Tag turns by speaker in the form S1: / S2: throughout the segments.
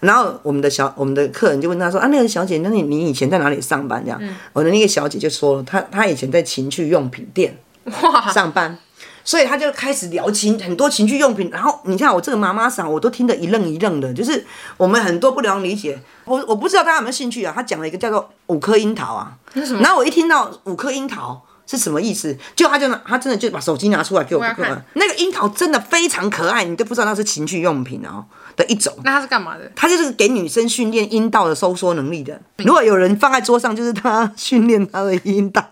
S1: 然后我们的小我们的客人就问他说啊，那个小姐，那你你以前在哪里上班？这样，
S2: 嗯
S1: 我的那个小姐就说了，她她以前在情趣用品店
S2: 哇，
S1: 上班，所以她就开始聊情很多情趣用品。然后你看我这个妈妈嗓，我都听得一愣一愣的，就是我们很多不能理解。我我不知道大家有没有兴趣啊？她讲了一个叫做五颗樱桃啊，然后我一听到五颗樱桃。啊是什么意思？就她就拿，她真的就把手机拿出来给我
S2: 我要
S1: 看。
S2: 看
S1: 那个樱桃真的非常可爱，你都不知道那是情趣用品哦的一种。
S2: 那他是干嘛的？
S1: 它就是给女生训练阴道的收缩能力的。
S2: 嗯
S1: 如果有人放在桌上，就是他训练他的阴道，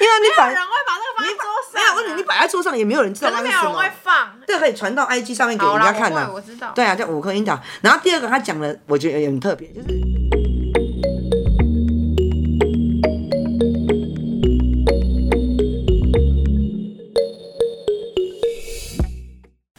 S1: 因为你
S2: 没有
S1: 摆
S2: 人会把那个放在桌上、
S1: 没
S2: 啊，
S1: 有问题，你摆在桌上也没有人知道
S2: 可
S1: 它
S2: 是
S1: 是
S2: 没
S1: 什
S2: 有人
S1: 么
S2: 会。放。
S1: 这可以传到 IG 上面给
S2: 好
S1: 人
S2: 啦，
S1: 家
S2: 我
S1: 看
S2: 会，
S1: 的
S2: 我。知道。
S1: 对啊，叫五颗樱桃。然后第二个他讲的，我觉得也很特别，就是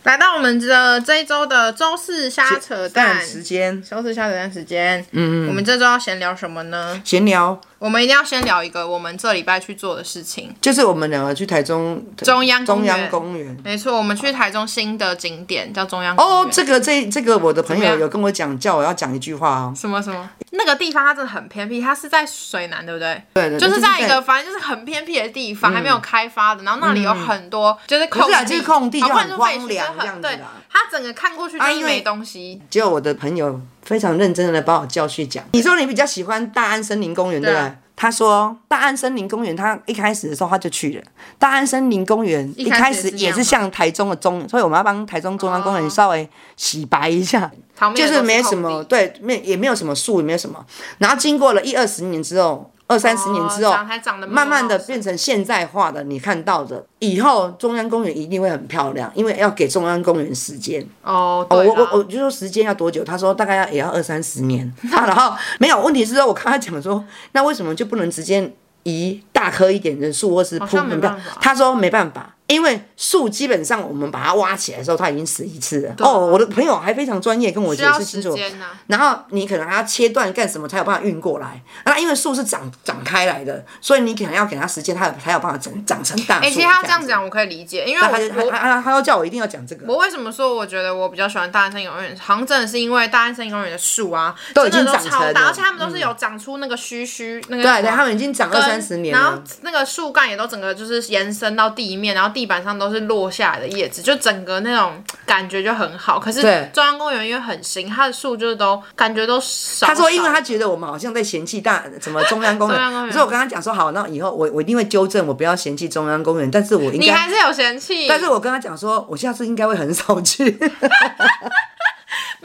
S2: 来到我们的这一周的周四瞎扯淡
S1: 时间
S2: 周四瞎扯淡时间，嗯，我们这周要闲聊什么呢？
S1: 闲聊，
S2: 我们一定要先聊一个我们这礼拜去做的事情。
S1: 就是我们两个去台中
S2: 中央公
S1: 中
S2: 园
S1: 央公园。
S2: 没错，我们去台中新的景点叫中央公园
S1: 哦，这个这这个我的朋
S2: 怎么
S1: 友
S2: 样
S1: 有跟我讲，叫我要讲一句话哦。
S2: 什么什么那个地方它真的很偏僻，它是在水南，对不对？
S1: 对对，对
S2: 就是在一个反正就是很偏僻的地方，还没有开发的，然后那里有很多就是空
S1: 不嗯是啊就是空地
S2: 好
S1: 就
S2: 不然就
S1: 很
S2: 废墟
S1: 荒凉
S2: 就
S1: 这样
S2: 很
S1: 子啦
S2: 对，它整个看过去就
S1: 啊
S2: 是
S1: 因为
S2: 没东西，
S1: 结果我的朋友非常认真的把我叫去讲，你说你比较喜欢大安森林公园，对不对
S2: 对啊？
S1: 他说大安森林公园，他一开始的时候他就去了。大安森林公园
S2: 一
S1: 一
S2: 开
S1: 开
S2: 始
S1: 始
S2: 也
S1: 也
S2: 是
S1: 是像台中的中，所以我们要帮台中中央公
S2: 哦
S1: 园稍微洗白一下，
S2: 旁边
S1: 就
S2: 也
S1: 是
S2: 都
S1: 没什
S2: 空
S1: 么
S2: 地
S1: 对，没也没有什么树，也没有什么。然后经过了一二十年之后，二三十年之
S2: 哦
S1: 后，
S2: 长才长得
S1: 慢慢的
S2: 变。
S1: 变成现代化的，你看到的，以后中央公园一定会很漂亮，因为要给中央公园时间。
S2: 哦，
S1: 哦，
S2: 对
S1: 我
S2: 啦
S1: 我我就说时间要多久？他说大概要也要二三十 年。他然后没有问题是说，我跟他讲说，那为什么就不能直接移大棵一点的树，或是
S2: 好
S1: 铺
S2: 像没
S1: 很大
S2: 办法
S1: 他说没办法，因为树基本上我们把它挖起来的时候，它已经死一次了。
S2: 啊
S1: 哦，我的朋友还非常专业，跟我
S2: 需
S1: 解
S2: 要
S1: 释清
S2: 时
S1: 楚。
S2: 间啊呐、
S1: 然后你可能还要切断干什么才有办法运过来？那因为树是长长开来的，所以你可能要给它时间，它有才有办法长长成大树。
S2: 哎、其实他这样
S1: 子，
S2: 讲我可以理解，因为
S1: 那他就
S2: 我
S1: 他
S2: 我
S1: 他他他要叫我一定要讲这个。
S2: 我为什么说我觉得我比较喜欢大安森林公园？好像真的是因为大安森林公园的树啊，
S1: 都已经
S2: 真的
S1: 长
S2: 超
S1: 成
S2: 大，
S1: 了嗯
S2: 而且他们都是有长出那个须须，那个
S1: 对对，他们已经长二三十年了。
S2: 然后那个树干也都整个就是延伸到地面，然后地板上都是落下来的叶子，就整个那种感觉就很好。可是
S1: 对
S2: 中央公园因为很新，它的树就是都感觉都少。
S1: 他说，因为他
S2: 它
S1: 觉得我们好像在嫌弃大什么中央公
S2: 中央公园
S1: 园，所以我跟他讲说，好，那以后我我一定会纠正，我不要嫌弃中央公园，但是我应
S2: 你还
S1: 该，
S2: 是有嫌弃，
S1: 但是我跟他讲说，我下次应该会很少去，
S2: 没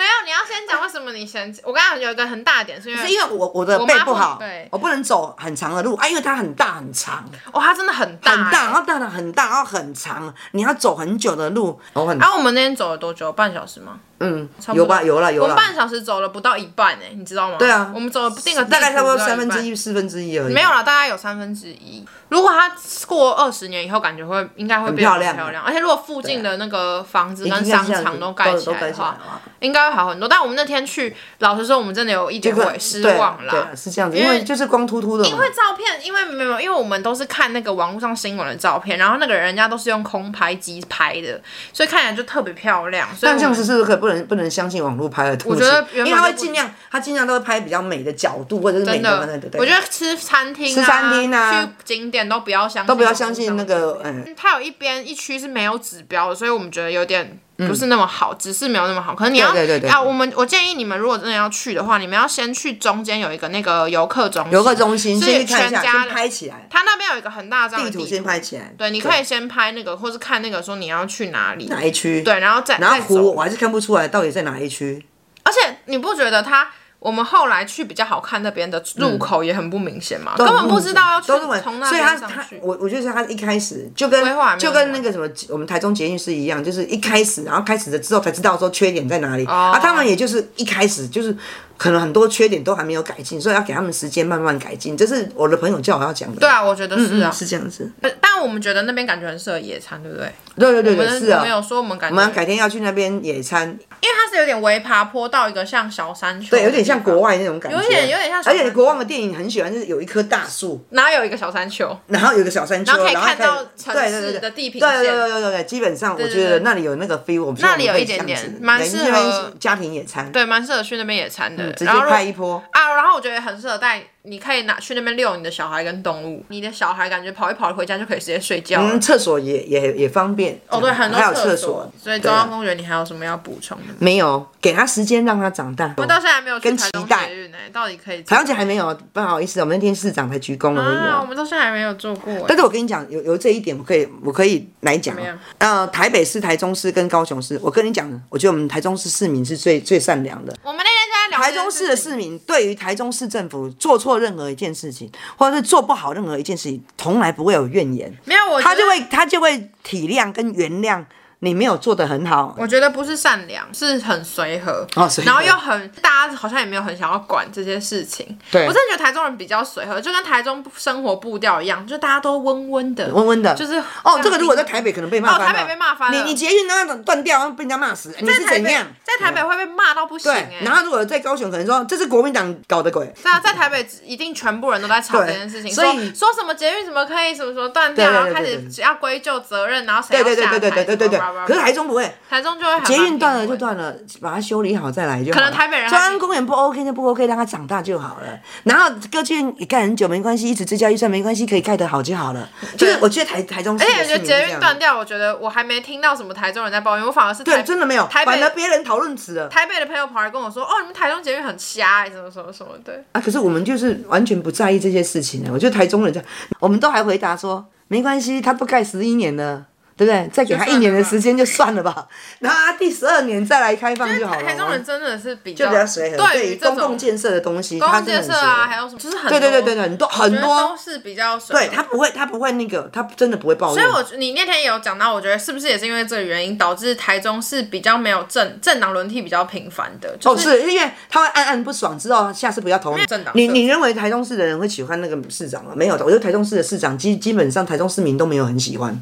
S2: 有，你要先讲为什么你嫌弃。我刚刚有一个很大的点是因为
S1: 是因为我我的
S2: 我妈
S1: 背不好
S2: 会对，
S1: 我不能走很长的路啊，因为它很大很长，
S2: 哦，它真的很大、
S1: 很大，啊然
S2: 欸。
S1: 后大的很大，然后很长，你要走很久的路，我很
S2: 然后、我们那天走了多久？半小时吗？
S1: 嗯
S2: 差，不多
S1: 有吧有了有
S2: 我
S1: 了
S2: 们，半小时走了不到一半哎、你知道吗？
S1: 对啊
S2: 我们走了定个
S1: 大概差不多三分之
S2: 一。
S1: 一四分之一而已，
S2: 没有了，大概有三分之一。如果它过二十年以后，感觉会应该会变得
S1: 很漂亮
S2: 漂亮，而且如果附近的那个房子
S1: 已经
S2: 跟
S1: 这样
S2: 商
S1: 子，
S2: 场都盖起
S1: 都
S2: 来的
S1: 盖起来
S2: 话，
S1: 了，
S2: 啊应该会好很多。但我们那天去，老实说，我们真的有一点
S1: 对
S2: 为失望
S1: 对
S2: 啦
S1: 啊。是这样子，
S2: 因
S1: 因
S2: 为
S1: 为就是光秃秃的嘛，
S2: 因为照片，因为没有，因为我们都是看那个网络上新闻的照片，然后那个人家都是用空拍机拍的，所以看起来就特别漂亮。所
S1: 但
S2: 以我们
S1: 这样子是不是可以不能不能相信网络拍的东西？
S2: 我觉得原
S1: 因为
S2: 本
S1: 他会
S2: 就不
S1: 尽量，他尽量都会拍比较美的角度或者是美
S2: 真
S1: 的，
S2: 的
S1: 对对，对。
S2: 我觉得吃餐厅、啊、
S1: 吃餐厅啊
S2: 去景点都不要相信，
S1: 都不要相信那。个，嗯，
S2: 它有一边一区是没有指标的，所以我们觉得有点不是那么好，只是没有那么好。可能你要
S1: 对对对对
S2: 啊，我们我建议你们如果真的要去的话，你们要先去中间有一个那个游客中心，
S1: 游客中心
S2: 所以
S1: 先去看一
S2: 全
S1: 下，
S2: 家
S1: 先
S2: 人
S1: 拍起来，
S2: 它那边有一个很大张的
S1: 地图先拍起来。
S2: 对，你可以先拍那个，或是看那个说你要去哪里，
S1: 哪一区？，
S2: 对，然后再
S1: 然后
S2: 再走
S1: 湖我还是看不出来到底在哪一区。
S2: 而且你不觉得它我们后来去比较好看那边的入口也很不明显吗？根本不知道要去
S1: 嗯都是文
S2: 从那
S1: 所以
S2: 边
S1: 他
S2: 上
S1: 他
S2: 去。
S1: 我我觉得他一开始就
S2: 规划还
S1: 跟
S2: 没有
S1: 就跟那个什么我们台中捷运是一
S2: 哦
S1: 样，就是一开始然后开始了之后才知道说缺点在哪里、啊，他们也就是一开始就是可能很多缺点都还没有改进，所以要给他们时间慢慢改进。这是我的朋友叫我要讲的。
S2: 对啊，我觉得是啊
S1: 嗯，。是这样子。
S2: 呃但我们觉得那边感觉很适合野餐，对不对？
S1: 对对对
S2: 我
S1: 对，
S2: 们
S1: 是啊
S2: 我们。有说我们感
S1: 我
S2: 觉，
S1: 们改天要去那边野餐，
S2: 因为它是有点微爬坡到一个像小山丘，
S1: 对，有点像国，外那种感觉，
S2: 有点有点像小
S1: 而且
S2: 山
S1: 国外的电影很喜欢，就是有一棵大树，
S2: 然后有一个小山丘，
S1: 然后有一个小山丘，
S2: 然后可以
S1: 然后
S2: 看到
S1: 可以
S2: 城
S1: 对
S2: 市
S1: 对对
S2: 的地平
S1: 对对
S2: 线
S1: 对对对对，基本上我
S2: 对
S1: 觉
S2: 对
S1: 得
S2: 对
S1: 那里有那里有那个 feel，我们
S2: 那里有
S1: 我们可以
S2: 一点点
S1: 这样子
S2: 蛮
S1: 对
S2: 适
S1: 那边
S2: 合
S1: 家庭野餐，
S2: 对，蛮适合去那边野餐的。
S1: 嗯直接
S2: 然后如
S1: 拍一波。
S2: 啊，然后我觉得也很适合带，你可以拿去那边遛你的小孩跟动物，你的小孩感觉跑一跑回家就可以直接睡觉了。
S1: 嗯，厕所也也也方便
S2: 哦，对，很多
S1: 还有所，
S2: 厕所，所以
S1: 对
S2: 中
S1: 啊
S2: 央公园你还有什么要补充的吗？
S1: 没有给他时间让他长大。
S2: 我到现在还没有去
S1: 跟
S2: 台
S1: 期
S2: 东
S1: 待
S2: 捷运呢，到底可以怎
S1: 台
S2: 么
S1: 湾姐还没有，不好意思，我们那天市长才鞠躬而已、
S2: 啊？
S1: 啊
S2: 我。们到现在还没有做过欸
S1: 但。是我跟你讲，有有这一点，我可以我可以来讲
S2: 怎么样
S1: 啊。呃，台北市、台中市跟高雄市，我跟你讲，我觉得我们台中市市民是最最善良的。
S2: 我们那天就在聊
S1: 台
S2: 这件
S1: 中市的
S2: 情
S1: 市民对于台中市政府做错任何一件事情，或者是做不好任何一件事情，从来不会有怨言，
S2: 没有，我
S1: 他
S2: 觉
S1: 就
S2: 得
S1: 会他就会体谅跟原谅你没有做得很好。
S2: 我觉得不是善良，是很随和，
S1: 哦随和
S2: 然后又很大家好像也没有很想要管这些事情。
S1: 对
S2: 我真的觉得台中人比较随和，就跟台中生活步调一样，就大家都温温的，
S1: 温温的，
S2: 就是
S1: 哦，这个如果在台北可能被骂
S2: 哦
S1: 翻了，
S2: 台北被骂翻了
S1: 你你捷运那个断掉，然后被人家骂死，哎你
S2: 在
S1: 是
S2: 台
S1: 怎
S2: 北
S1: 样？
S2: 在台北会被骂到不行
S1: 对
S2: 哎、，
S1: 然后如果在高雄，可能说这是国民党搞的鬼，
S2: 对啊，在台北一定全部人都在吵这件事情，
S1: 对所以
S2: 说说什么捷运怎么可以什么什么断掉，
S1: 对对
S2: 然后
S1: 对
S2: 开
S1: 对对
S2: 始要归咎责任，然后谁
S1: 对
S2: 要
S1: 对对
S2: 下
S1: 对
S2: 啊台，
S1: 对对对对对
S2: 什么。
S1: 可是台中不会，
S2: 台中就会还蛮
S1: 捷运断了
S2: 平
S1: 就
S2: 稳，
S1: 断了，把它修理好再来就好
S2: 可
S1: 了。
S2: 能台北人还
S1: 中央公园不 OK 就不 OK，让它长大就好了。然后歌剧院也盖很久没关系，一直追加预算没关系，可以盖得好就好了。就是我觉得台台中市
S2: 而
S1: 的
S2: 且我
S1: 市
S2: 觉
S1: 民
S2: 得
S1: 是
S2: 捷
S1: 这
S2: 运
S1: 样
S2: 断掉，我觉得我还没听到什么台中人在抱怨，我反而是台
S1: 对，真的没有，
S2: 台北
S1: 反而别人讨论死了
S2: 台北的朋友跑来跟我说，哦，你们台中捷运很瞎、欸，什么什么什么的。
S1: 啊。可是我们就是完全不在意这些事情呢。我觉得台中人这样，我们都还回答说没关系，他不盖十一年了。对不对？再给他一年的时间就算了吧，然后他第十二年再来开放就好了。
S2: 台中人真的是比较
S1: 就比较随和，
S2: 对
S1: 对
S2: 于
S1: 于
S2: 这
S1: 公
S2: 种
S1: 共建设的东西，
S2: 公
S1: 他
S2: 共
S1: 真的
S2: 建
S1: 很
S2: 设
S1: 随和
S2: 啊，还有什么，就是很
S1: 对对对对对，
S2: 多
S1: 很多
S2: 我觉
S1: 很
S2: 得
S1: 多
S2: 都，是比较随和
S1: 对他不会他不会那个，他真的不会抱
S2: 所
S1: 怨
S2: 以。我你那天也有讲到，我觉得是不是也是因为这个原因，导致台中是比较没有政政党轮替比较频繁的，就
S1: 哦，
S2: 是、
S1: 是因为他会暗暗不爽，知道下次不要投你
S2: 政党。
S1: 你
S2: 色
S1: 你认为台中市的人会喜欢那个市长吗？没有的，我觉得台中市的市长基基本上台中市民都没有很喜欢，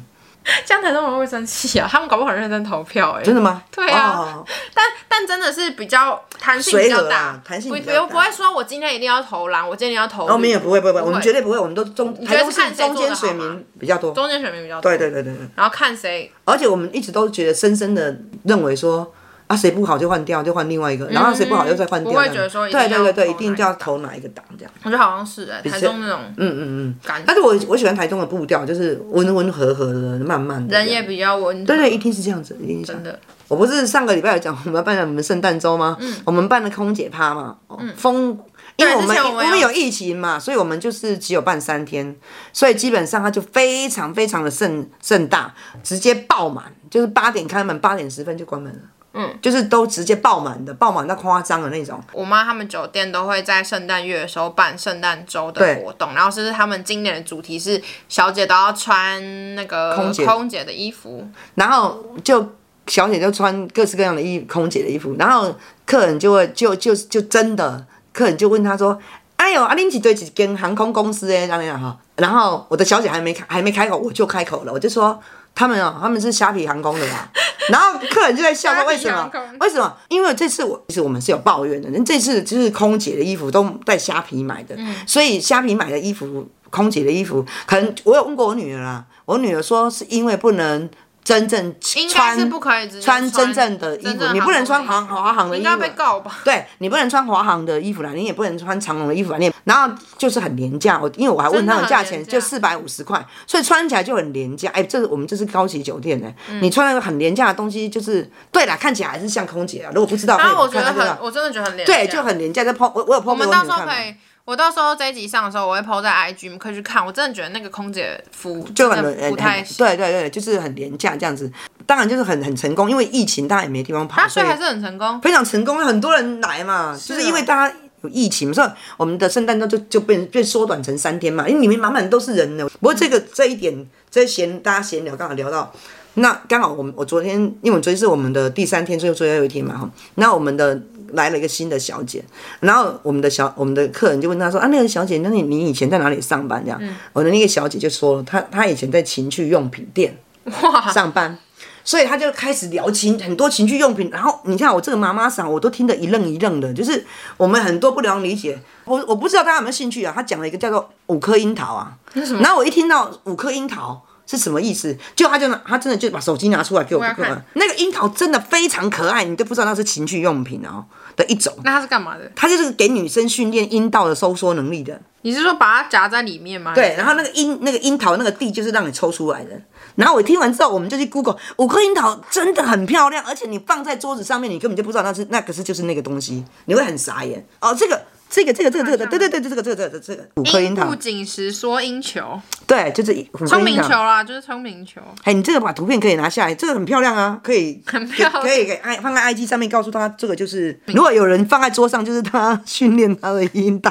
S2: 这样台中人会不会生气啊，他们搞不好很认真投票哎、
S1: 真的吗？
S2: 对啊
S1: 哦
S2: 但但真的是比较弹性比较
S1: 随和
S2: 大
S1: 啊，弹性
S2: 不
S1: 比较大
S2: 不不会说我今天一定要投蓝，我今天一定要投绿。
S1: 哦，没有，不会不会，不会
S2: 不会
S1: 我们绝对不会，我们都中
S2: 觉
S1: 台
S2: 得
S1: 中
S2: 是
S1: 市
S2: 看谁
S1: 中
S2: 做得
S1: 间
S2: 好
S1: 水
S2: 吗
S1: 民比较多。
S2: 中间选民比较多，
S1: 对对对对对，
S2: 然后看谁
S1: 而且我们一直都觉得深深的认为说。啊，谁不好就换掉，就换另外一个，然后谁不好又再换掉。
S2: 嗯不会
S1: 这样
S2: 觉得说一定
S1: 对对对对，
S2: 要
S1: 一定
S2: 投哪一
S1: 要投哪一个党这样。
S2: 我觉得好像是哎、台中那种
S1: 嗯嗯嗯。
S2: 感觉，
S1: 但是我我喜欢台中的步调，就是温温和和的，慢慢的。
S2: 人也比较温和，
S1: 对对，一定是这样子，一定是这样
S2: 真的。
S1: 我不是上个礼拜有讲我们要办了我们圣诞周吗？
S2: 嗯
S1: 我们办了空姐趴嘛，哦风。因为我
S2: 之
S1: 们
S2: 前我
S1: 因
S2: 们
S1: 为
S2: 有
S1: 有疫情嘛，所以我们就是只有办三天，所以基本上它就非常非常的盛盛大，直接爆满，就是八点开门，八点十分就关门了，嗯，就是都直接爆满的，爆满到夸张的那种。
S2: 我妈他们酒店都会在圣诞月的时候办圣诞周的活动，然后是他们今年的主题是小姐都要穿那个
S1: 空姐
S2: 的衣服，
S1: 然后就小姐就穿各式各样的衣，空姐的衣服，然后客人就会就就就真的，客人就问她说：“哎呦，阿玲姐对几间航空公司哎，当然哈。”然后我的小姐还没开还没开口，我就开口了，我就说。他们哦，他们是虾皮航空的啦， 然后客人就在笑说为什么
S2: 虾皮航空？
S1: 为什么？因为这次我其实我们是有抱怨的，这次就是空姐的衣服都在虾皮买的，
S2: 嗯
S1: 所以虾皮买的衣服，空姐的衣服，可能我有问过我女儿啦，我女儿说是因为不能真正
S2: 应该
S1: 穿
S2: 是不可以直接
S1: 穿真正的衣
S2: 真
S1: 服，
S2: 正
S1: 你不能穿
S2: 航
S1: 航
S2: 空
S1: 华航
S2: 的
S1: 的
S2: 衣服
S1: 衣
S2: 应
S1: 服
S2: 该被
S1: 啊。
S2: 告吧？
S1: 对你不能穿华航的衣服啦，你也不能穿长龙的衣服啦，你也然后就是很廉价。我因为我还问他们价钱，
S2: 真的很
S1: 就
S2: 廉价
S1: 四百五十块，所以穿起来就很廉价。哎，这是我们这是高级酒店呢、
S2: 嗯
S1: 你穿那个很廉价的东西，就是对啦，看起来还是像空姐啊。如果不知道，
S2: 然
S1: 可以
S2: 后我觉得
S1: 看看知道
S2: 很，我真的觉得很廉价，
S1: 对，就很廉价。就碰我我有碰过
S2: 我们
S1: 女
S2: 到
S1: 看
S2: 时候
S1: 嘛
S2: 可以，我到时候这一集上的时候，我会 PO 在 IG，你们可以去看。我真的觉得那个空姐服
S1: 就
S2: 真
S1: 很
S2: 的
S1: 很
S2: 不太
S1: 很
S2: 行，
S1: 对对对，就是很廉价这样子。当然就是很很成功，因为疫情大家也没地方跑，
S2: 啊，
S1: 所
S2: 所
S1: 以
S2: 以还是很成功。
S1: 非常成功，很多人来嘛，就是因为大家。有疫情，所以我们的圣诞周就就变变缩短成三天嘛，因为里面满满都是人呢。不过这个这一点，这闲大家闲聊刚好聊到，那刚好我们我昨天，因为我昨天是我们的第三天，最后最后一天嘛哈。那我们的来了一个新的小姐，然后我们的小我们的客人就问她说啊，那个小姐，那你你以前在哪里上班？这样，我的那个小姐就说了，她她以前在情趣用品店
S2: 哇，
S1: 上班。所以她就开始聊情很多情趣用品，然后你看我这个妈妈嗓，我都听得一愣一愣的，就是我们很多不能理解。我我不知道大家有没有兴趣啊？她讲了一个叫做五颗樱桃啊，然后我一听到五颗樱桃是什么意思，就她就拿她真的就把手机拿出来给我
S2: 我要看
S1: 看，那个樱桃真的非常可爱，你都不知道那是情趣用品哦的一种，
S2: 那它是干嘛的？
S1: 它就是给女生训练阴道的收缩能力的。
S2: 你是说把它夹在里面吗？
S1: 对，然后那个樱那个樱桃那个地就是让你抽出来的。然后我听完之后，我们就去 Google，五颗樱桃真的很漂亮，而且你放在桌子上面，你根本就不知道那是那可是就是那个东西，你会很傻眼。哦，这个这个这个这个这个，对对对对，这个这个这个这个五颗樱
S2: 因
S1: 桃
S2: 不，紧实说因球，
S1: 对，就是五颗
S2: 聪明
S1: 樱
S2: 球
S1: 桃。
S2: 啦，就是聪明球。
S1: 哎，你这个把图片可以拿下来，这个很漂亮啊，可以
S2: 很漂亮
S1: 可以给哎放在 IG 上面告诉他，这个就是如果有人放在桌上，就是他训练他的阴道，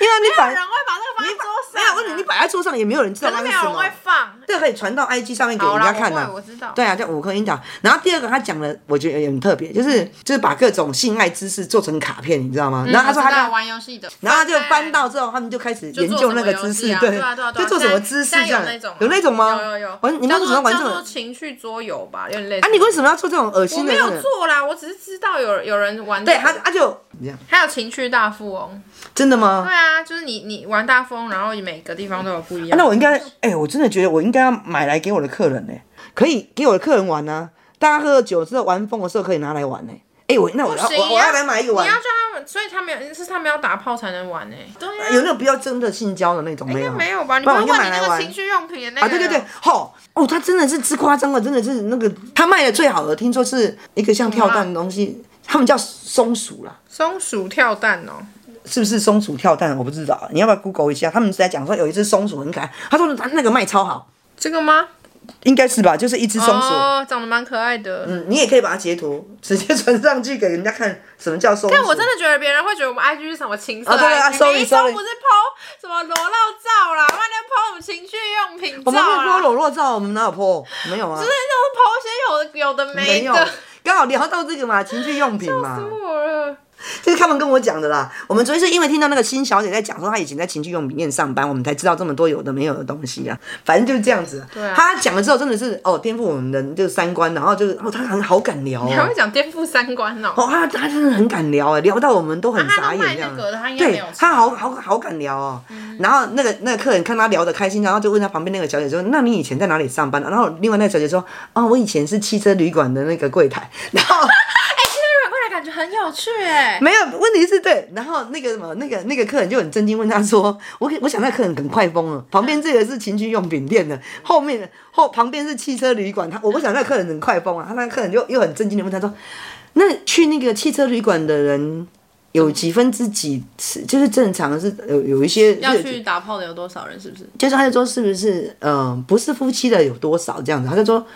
S1: 因为你
S2: 没有
S1: 摆
S2: 人会把那个放在桌上、
S1: 没有，我问你，你摆在桌上也啊没有人知道
S2: 可
S1: 那
S2: 是
S1: 是
S2: 没
S1: 什
S2: 有人
S1: 么
S2: 会。放。
S1: 这可以传到 IG 上面给人家看
S2: 好
S1: 呐、
S2: 啦我会我知道
S1: 对啊，叫五颗樱桃。然后第二个他讲的，我觉得也很特别，就是就是把各种性爱知识做成卡片，你知道吗？然后他说他
S2: 嗯我知道
S1: 就。
S2: 玩游戏的，
S1: 然后他就翻到之后，他们就开始研究那个姿势，
S2: 就做什么游戏啊对啊对啊对
S1: 就
S2: 啊
S1: 做什么姿势这样
S2: 现在有那种吗，
S1: 有那种吗？
S2: 有有有，
S1: 玩你们
S2: 叫
S1: 为
S2: 做
S1: 什么要玩这
S2: 叫
S1: 种？
S2: 做
S1: 啊，
S2: 情趣桌游吧，有点类似。
S1: 你为什么要做这种恶心
S2: 我
S1: 的
S2: 没
S1: 那种？
S2: 有做啦，我只是知道有有人玩这
S1: 对
S2: 个。
S1: 他，他就这样，
S2: 还有情趣大富翁。
S1: 真的吗？
S2: 对啊，就是你你玩大富翁，然后你每个地方都有不一样。
S1: 那我应该，哎、我真的觉得我应该要买来给我的客人呢、可以给我的客人玩呢、大家喝了酒之后玩疯的时候可以拿来玩呢、哎、我那我要、
S2: 不行
S1: 我我要来买一个玩
S2: 你要，叫他们，所以他们是他们要打炮才能玩哎。对啊，
S1: 有那种比较真的性交的那种没有？
S2: 没有吧？你
S1: 不
S2: 不
S1: 然我
S2: 会问
S1: 就买
S2: 你
S1: 来
S2: 那个
S1: 玩
S2: 情趣用品的那个？
S1: 啊，对对对，吼、哦，他真的是之夸张了，真的是那个他卖的最好的，听说是一个像跳蛋的东
S2: 嗯
S1: 西，
S2: 啊
S1: 他们叫松鼠啦，
S2: 松鼠跳蛋哦，
S1: 是不是松鼠跳蛋？我不知道，你要不要 Google 一下？他们是在讲说有一只松鼠很可爱，他说他那个卖超好，
S2: 这个吗？
S1: 应该是吧？就是一只松鼠。
S2: 哦，长得蛮可爱的。
S1: 嗯，你也可以把它截图，直接传上去给人家看什么叫松鼠。
S2: 但我真的觉得别人会觉得我们 IG 是什么情色
S1: 哦对对啊
S2: IG，每一周
S1: ，sorry，sorry
S2: 不是 PO 什么裸露照啦，外面 PO 什么情趣用品
S1: 我
S2: 照
S1: 们会
S2: 啦，
S1: 泼裸露照，我们哪有泼？没有啊
S2: 真，的那种 PO 一些有的有的
S1: 没
S2: 没
S1: 有
S2: 的，。
S1: 刚好聊到这个嘛，情趣用品嘛，
S2: 死我了。
S1: 这是他们跟我讲的啦。我们昨天是因为听到那个新小姐在讲说她以前在情趣用品店上班，我们才知道这么多有的没有的东西啊。反正就是这样子。
S2: 对啊
S1: 她讲了之后真的是哦，颠覆我们的就是三观，然后就是哦，她很好敢聊
S2: 你还
S1: 哦
S2: 会。讲颠覆三观哦？
S1: 哦，她她真的很敢聊哎，聊到我们都很
S2: 啊
S1: 哦傻
S2: 她都
S1: 眼
S2: 卖
S1: 这样
S2: 那。个的她应该没
S1: 对
S2: 有嗯
S1: 她
S2: 差
S1: 好好好敢聊哦。然后那个那个客人看她聊得开心，然后就问她旁边那个小姐说：“那你以前在哪里上班？”然后另外那个小姐说：“哦，我以前是汽车旅馆的那个柜台。”然后
S2: 哎，现在软过来感觉很有趣哎。
S1: 没有问题是对，然后那个什么那个那个客人就很震惊，问她说：“ 我我想那客人很快疯了，旁边这个是情趣用品店的，后面的后旁边是汽车旅馆，他我我想那客人很快疯啊。”他那个客人就又很震惊的问她说：“那去那个汽车旅馆的人？”有几分之几是就是正常是有有一些
S2: 要
S1: 热
S2: 去打炮的有多少人？是不是？
S1: 就是他就说是不是嗯、呃不是夫妻的有多少这样子，他就说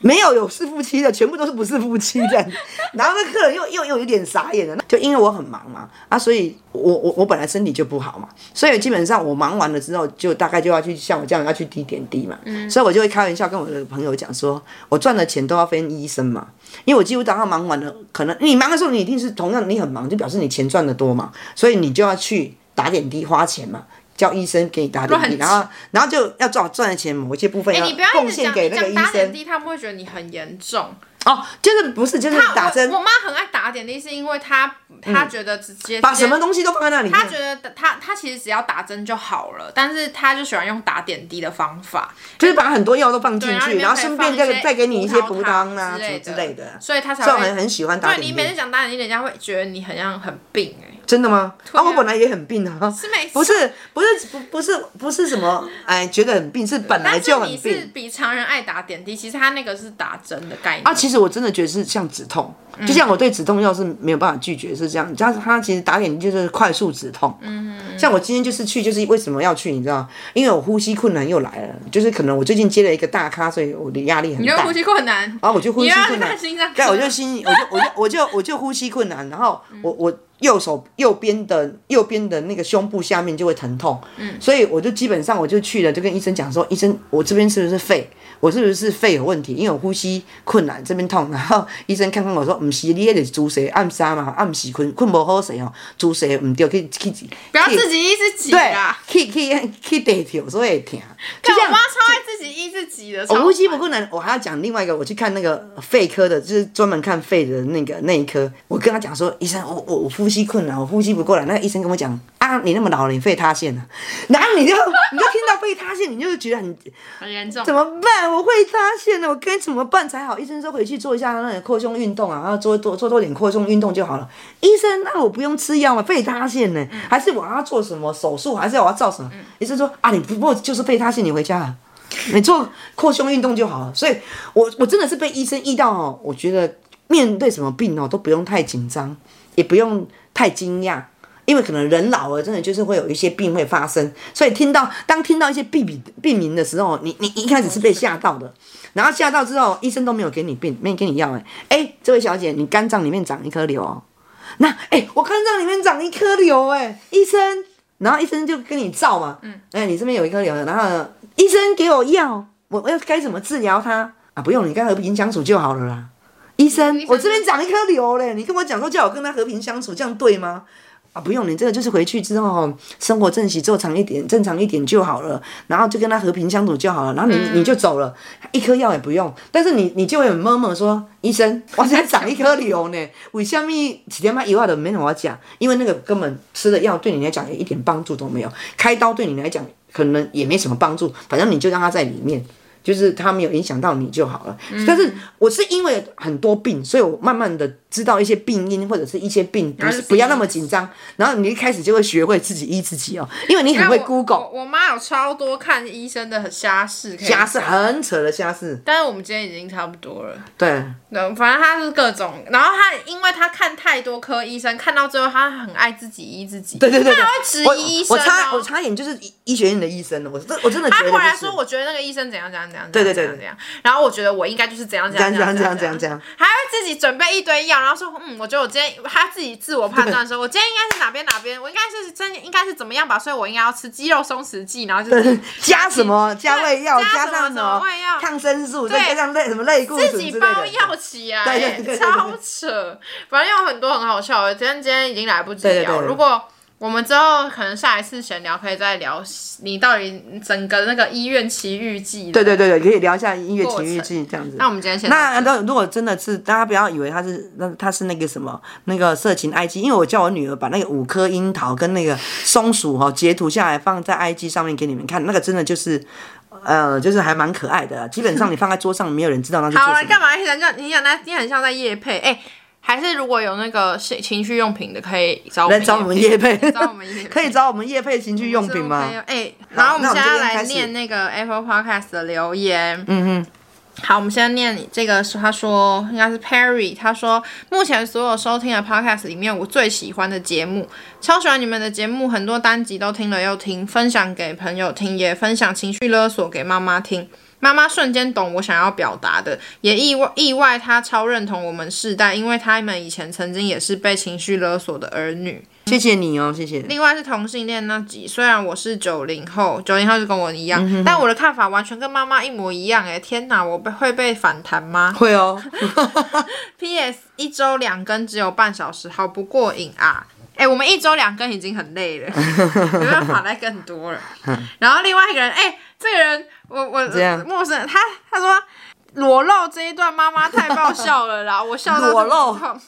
S1: 没有有是夫妻的，全部都是不是夫妻这 样子。然后那客人又又又有一点傻眼了，就因为我很忙嘛啊，所以我我我本来身体就不好嘛，所以基本上我忙完了之后，就大概就要去像我这样要去滴点滴嘛，
S2: 嗯
S1: 所以我就会开玩笑跟我的朋友讲说，我赚的钱都要分医生嘛，因为我几乎早上忙完了，可能你忙的时候你一定是同样你很忙，就表示你钱赚的多嘛，所以你就要去打点滴花钱嘛。叫医生给你打点滴，
S2: 乱
S1: 然后然后就要赚赚的钱某一些部分
S2: 哎，
S1: 要
S2: 你不要
S1: 贡
S2: 一直
S1: 献
S2: 讲
S1: 给那个
S2: 讲
S1: 医
S2: 打点
S1: 生
S2: 滴，他们会觉得你很严重。
S1: 哦，就是不是就是
S2: 他
S1: 打针嗯
S2: 我，我妈很爱打点滴，是因为她她觉得直接
S1: 把什么东西都放在那里面
S2: 他。觉得他他其实只要打针就好了，但是他就喜欢用打点滴的方法，
S1: 就是把很多药都放进
S2: 对，
S1: 去，然
S2: 然
S1: 后
S2: 后
S1: 顺
S2: 顺
S1: 便
S2: 便
S1: 再再给你一些葡萄
S2: 糖
S1: 糖啊什么之
S2: 之
S1: 类的。
S2: 所以他才
S1: 所以我
S2: 会
S1: 很很喜欢打
S2: 对
S1: 点
S2: 你
S1: 滴
S2: 每次讲打点滴，人家会觉得你很像很病哎、
S1: 真的吗？
S2: 对
S1: 啊，
S2: 啊
S1: 我本来也很病啊，
S2: 是没错
S1: 不是不是不不是不是什么哎，觉得很病是本来
S2: 但
S1: 就是很
S2: 你是
S1: 病
S2: 比常人爱打点滴，其实他那个是打针的概念。
S1: 啊。其实我真的觉得是像止痛，就像我对止痛药是没有办法拒绝，是这样。加上它其实打点滴就是快速止痛，嗯，像我今天就是去，就是为什么要去，你知道？因为我呼吸困难又来了，就是可能我最近接了一个大咖，所以我的压力很
S2: 你
S1: 大。
S2: 就呼吸困难，
S1: 然后我就呼吸
S2: 你要去
S1: 困难
S2: 看心脏，
S1: 对，
S2: 科
S1: 我就心，我就我 就我就我就呼吸困难，然后我我右手右边的右边的那个胸部下面就会疼痛，嗯，所以我就基本上我就去了，就跟医生讲说，医生，我这边是不是肺？我是不是肺有问题？因为我呼吸困难，这边痛，然后 医生看看我说，唔是，你那是姿势暗杀嘛，暗时困困不好势哦，姿势唔对，去去
S2: 不要
S1: 去
S2: 自己医自己
S1: 对
S2: 啦。，
S1: 去去去地铁所以会疼，就
S2: 但
S1: 这
S2: 啊我
S1: 样哦
S2: 妈。超爱自己医自己的，
S1: 我
S2: 超
S1: 呼吸不
S2: 烦
S1: 困难，我还要讲另外一个，我去看那个肺科的，就是专门看肺的那个那一科。我跟他讲说，医生，我我我呼吸困难，我呼吸不过来。那个医生跟我讲啊，你那么老了，你肺塌陷了、然后你就你就听到肺塌陷，你就觉得很
S2: 很严重。
S1: 怎么办？我会塌陷了，我该怎么办才好？医生说回去做一下那个扩胸运动啊，然后做多做多点扩胸运动就好了。医生，那我不用吃药吗？肺塌陷呢？还是我要做什么手术？还是我要照什么？医生说啊，你不过就是肺塌陷，你回家啊。你做扩胸运动就好了。所以我我真的是被医生医到哦，我觉得面对什么病哦都不用太紧张，也不用太惊讶。因为可能人老了，真的就是会有一些病会发生，所以听到当听到一些病比病名的时候，你你一开始是被吓到的，然后吓到之后，医生都没有给你病，没有给你药、欸，哎哎，这位小姐，你肝脏里面长一颗瘤、哦，那哎、欸我肝脏里面长一颗瘤、哎，医生，然后医生就跟你照嘛，嗯，哎、你这边有一颗瘤，然后呢医生给我药，我我要该怎么治疗它啊？不用，你跟和平相处就好了啦。医生，我这边长一颗瘤嘞，你跟我讲说叫我跟他和平相处，这样对吗？啊，不用，你这个就是回去之后哦生活正习做长一点，正常一点就好了，然后就跟他和平相处就好了，然后你、你就走了，一颗药也不用，但是你你就会很闷闷说，医生，我现在长一颗瘤呢，为什么几天嘛以外的没什么讲？因为那个根本吃的药对你来讲也一点帮助都没有，开刀对你来讲可能也没什么帮助，反正你就让它在里面。就是它没有影响到你就好了。
S2: 嗯
S1: 但是我是因为很多病，所以我慢慢的知道一些病因或者是一些病不
S2: 就是自己
S1: 不要那么紧张，然后你一开始就会学会自己医自己哦，因为你很
S2: 但
S1: 会
S2: 我
S1: Google
S2: 我我妈有超多看医生的瞎事，可以
S1: 家事，很扯的家事，
S2: 但是我们今天已经差不多了。
S1: 对，
S2: 对，反正她是各种，然后她因为她看太多科医生，看到最后她很爱自己医自己。
S1: 对对对对
S2: 她还会质
S1: 我
S2: 疑医生、
S1: 我
S2: 哦
S1: 差我差点就是医医学院的医生了，我真我真的觉
S2: 他
S1: 得
S2: 回来
S1: 就是
S2: 说，我觉得那个医生怎样怎样怎样，
S1: 对对
S2: 怎
S1: 对
S2: 样怎样。然后我觉得我应该就是怎样怎样
S1: 怎样
S2: 怎样
S1: 怎样
S2: 怎
S1: 怎
S2: 样
S1: 样，
S2: 还会自己准备一堆药，然后说，嗯，我觉得我今天他自己自我判断说，我今天应该是哪边哪边，我应该是真应该是怎么样吧，所以我应该要吃肌肉松弛剂，然后就是
S1: 加什么加
S2: 对
S1: 味药，加
S2: 加什么
S1: 上
S2: 什
S1: 什
S2: 么
S1: 么
S2: 胃药
S1: 抗生素，
S2: 对
S1: 再加上类什么类固醇
S2: 自
S1: 之类
S2: 己
S1: 的，
S2: 包药起来、
S1: 对对对对对
S2: 超扯。反正有很多很好笑的，但今天已经来不及聊。
S1: 对对对对
S2: 如果我们之后可能下一次闲聊，可以再聊你到底整个那个医院奇遇记。
S1: 对对对对，可以聊一下音乐
S2: 过
S1: 情欲
S2: 程
S1: 剧这样子。
S2: 那我们今天先到
S1: 那
S2: 这
S1: 那如果真的是大家不要以为他是那他是那个什么那个色情 IG，因为我叫我女儿把那个五颗樱桃跟那个松鼠哈、哦、截图下来放在 IG 上面给你们看，那个真的就是呃就是还蛮可爱的啦，基本上你放在桌上没有人知道那是做
S2: 好
S1: 什
S2: 了，
S1: 么。
S2: 干嘛？你想叫你想那，你很像在夜配哎、还是如果有那个情情绪用品的，可以找我
S1: 来
S2: 们
S1: 找我们叶配，
S2: 找我们业配
S1: 可以找我们叶配情趣用品吗？
S2: 哎、然后我们
S1: 那我们
S2: 现在
S1: 这边
S2: 来
S1: 开始
S2: 念那个 Apple Podcast 的留言。嗯嗯。好，我们现在念你这个是他说应该是 Perry，他说目前所有收听的 podcast 里面，我最喜欢的节目，超喜欢你们的节目，很多单集都听了又听，分享给朋友听，也分享情绪勒索给妈妈听。妈妈瞬间懂我想要表达的，也意外意外，她超认同我们世代，因为他们以前曾经也是被情绪勒索的儿女。
S1: 谢谢你哦，谢谢。
S2: 另外是同性恋那集，虽然我是九零后，九零后就跟我一样，但我的看法完全跟妈妈一模一样、欸。哎，天哪，我被会被反弹 吗
S1: 会哦，
S2: ？P.S. 一周两更只有半小时，好不过瘾啊！哎、我们一周两更已经很累 了，没办法再更多了。然后另外一个人，哎、这个人我我
S1: 怎样
S2: 陌生人，他他说裸露这一段妈妈太爆笑了 啦，我笑到
S1: 裸露
S2: 肚子痛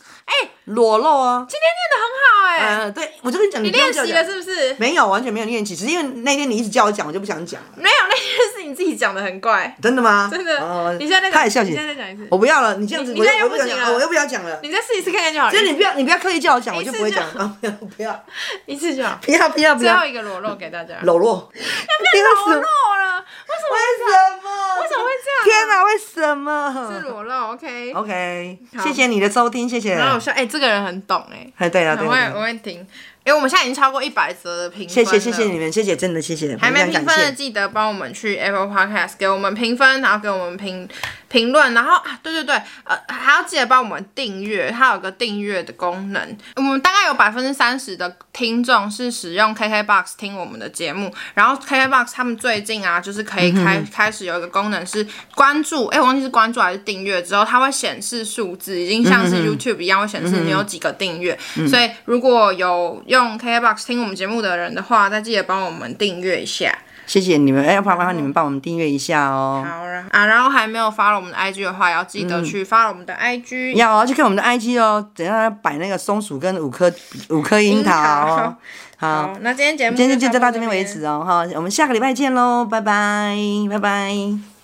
S1: 裸露啊，
S2: 好哎、
S1: 呃，对我就跟你讲，你
S2: 你
S1: 不用
S2: 练
S1: 叫
S2: 习
S1: 我
S2: 了
S1: 讲
S2: 是不是？
S1: 没有，完全没有练习，只是因为那天你一直叫我讲，我就不想讲了。
S2: 没有，那件事你自己讲的很怪。
S1: 真的吗？
S2: 真的
S1: 哦，
S2: 你现在再讲
S1: 他也笑起
S2: 你现在再讲一次
S1: 我不要了，你这样子，
S2: 你
S1: 我
S2: 你
S1: 又
S2: 现在又
S1: 我
S2: 不
S1: 不想
S2: 行
S1: 讲
S2: 了
S1: 了，我又不想讲了。
S2: 你再试一次看看就好了，
S1: 所以你不要，你不要刻意叫我讲，
S2: 一
S1: 我
S2: 次
S1: 就不会讲哦
S2: 就
S1: 了。不要，不要，
S2: 一次 就好。
S1: 不要，不要，不
S2: 最后
S1: 要，
S2: 一个裸露给大家。
S1: 裸露。为
S2: 裸
S1: 什么？
S2: 露了，为什么
S1: 为什么？
S2: 为什么会这样？啊
S1: 天哪，为什
S2: 是
S1: 么
S2: 裸露，OK。
S1: ？OK，
S2: 好
S1: 谢谢你的收听，谢谢。
S2: 然后我说，哎，这个人很懂哎，
S1: 哎，对啊，对
S2: 我会
S1: 啊，
S2: 我会听。哎，我们现在已经超过一百则的评分
S1: 谢
S2: 了，
S1: 谢谢谢你们，谢谢真的谢谢，
S2: 还没
S1: 非常
S2: 评
S1: 感
S2: 分
S1: 谢
S2: 的，记得帮我们去 Apple Podcast 给我们评分，然后给我们评评论，然后啊，对对对，呃，还要记得帮我们订阅，它有个订阅的功能。我们大概有百分之三十的听众是使用 KKBox 听我们的节目，然后 KKBox 他们最近啊，就是可以开、开始有一个功能是关注，哎，我忘记是关注还是订阅之后，它会显示数字，已经像是 YouTube 一样会显示你有几个订阅。所以如果有用 KKBox 听我们节目的人的话，再记得帮我们订阅一下。
S1: 谢谢你们，哎，要麻烦你们帮我们订阅一下哦。
S2: 嗯好然后啊，然后还没有发了我们的 IG 的话，也要记得去发了我们的 IG。
S1: 要哦，去看我们的 IG 哦，等一下摆那个松鼠跟五颗五颗樱桃哦。好，
S2: 好，那今天节目
S1: 今天就
S2: 差不
S1: 就
S2: 多
S1: 到这边为止哦，哈，我们下个礼拜见喽，拜拜，拜拜。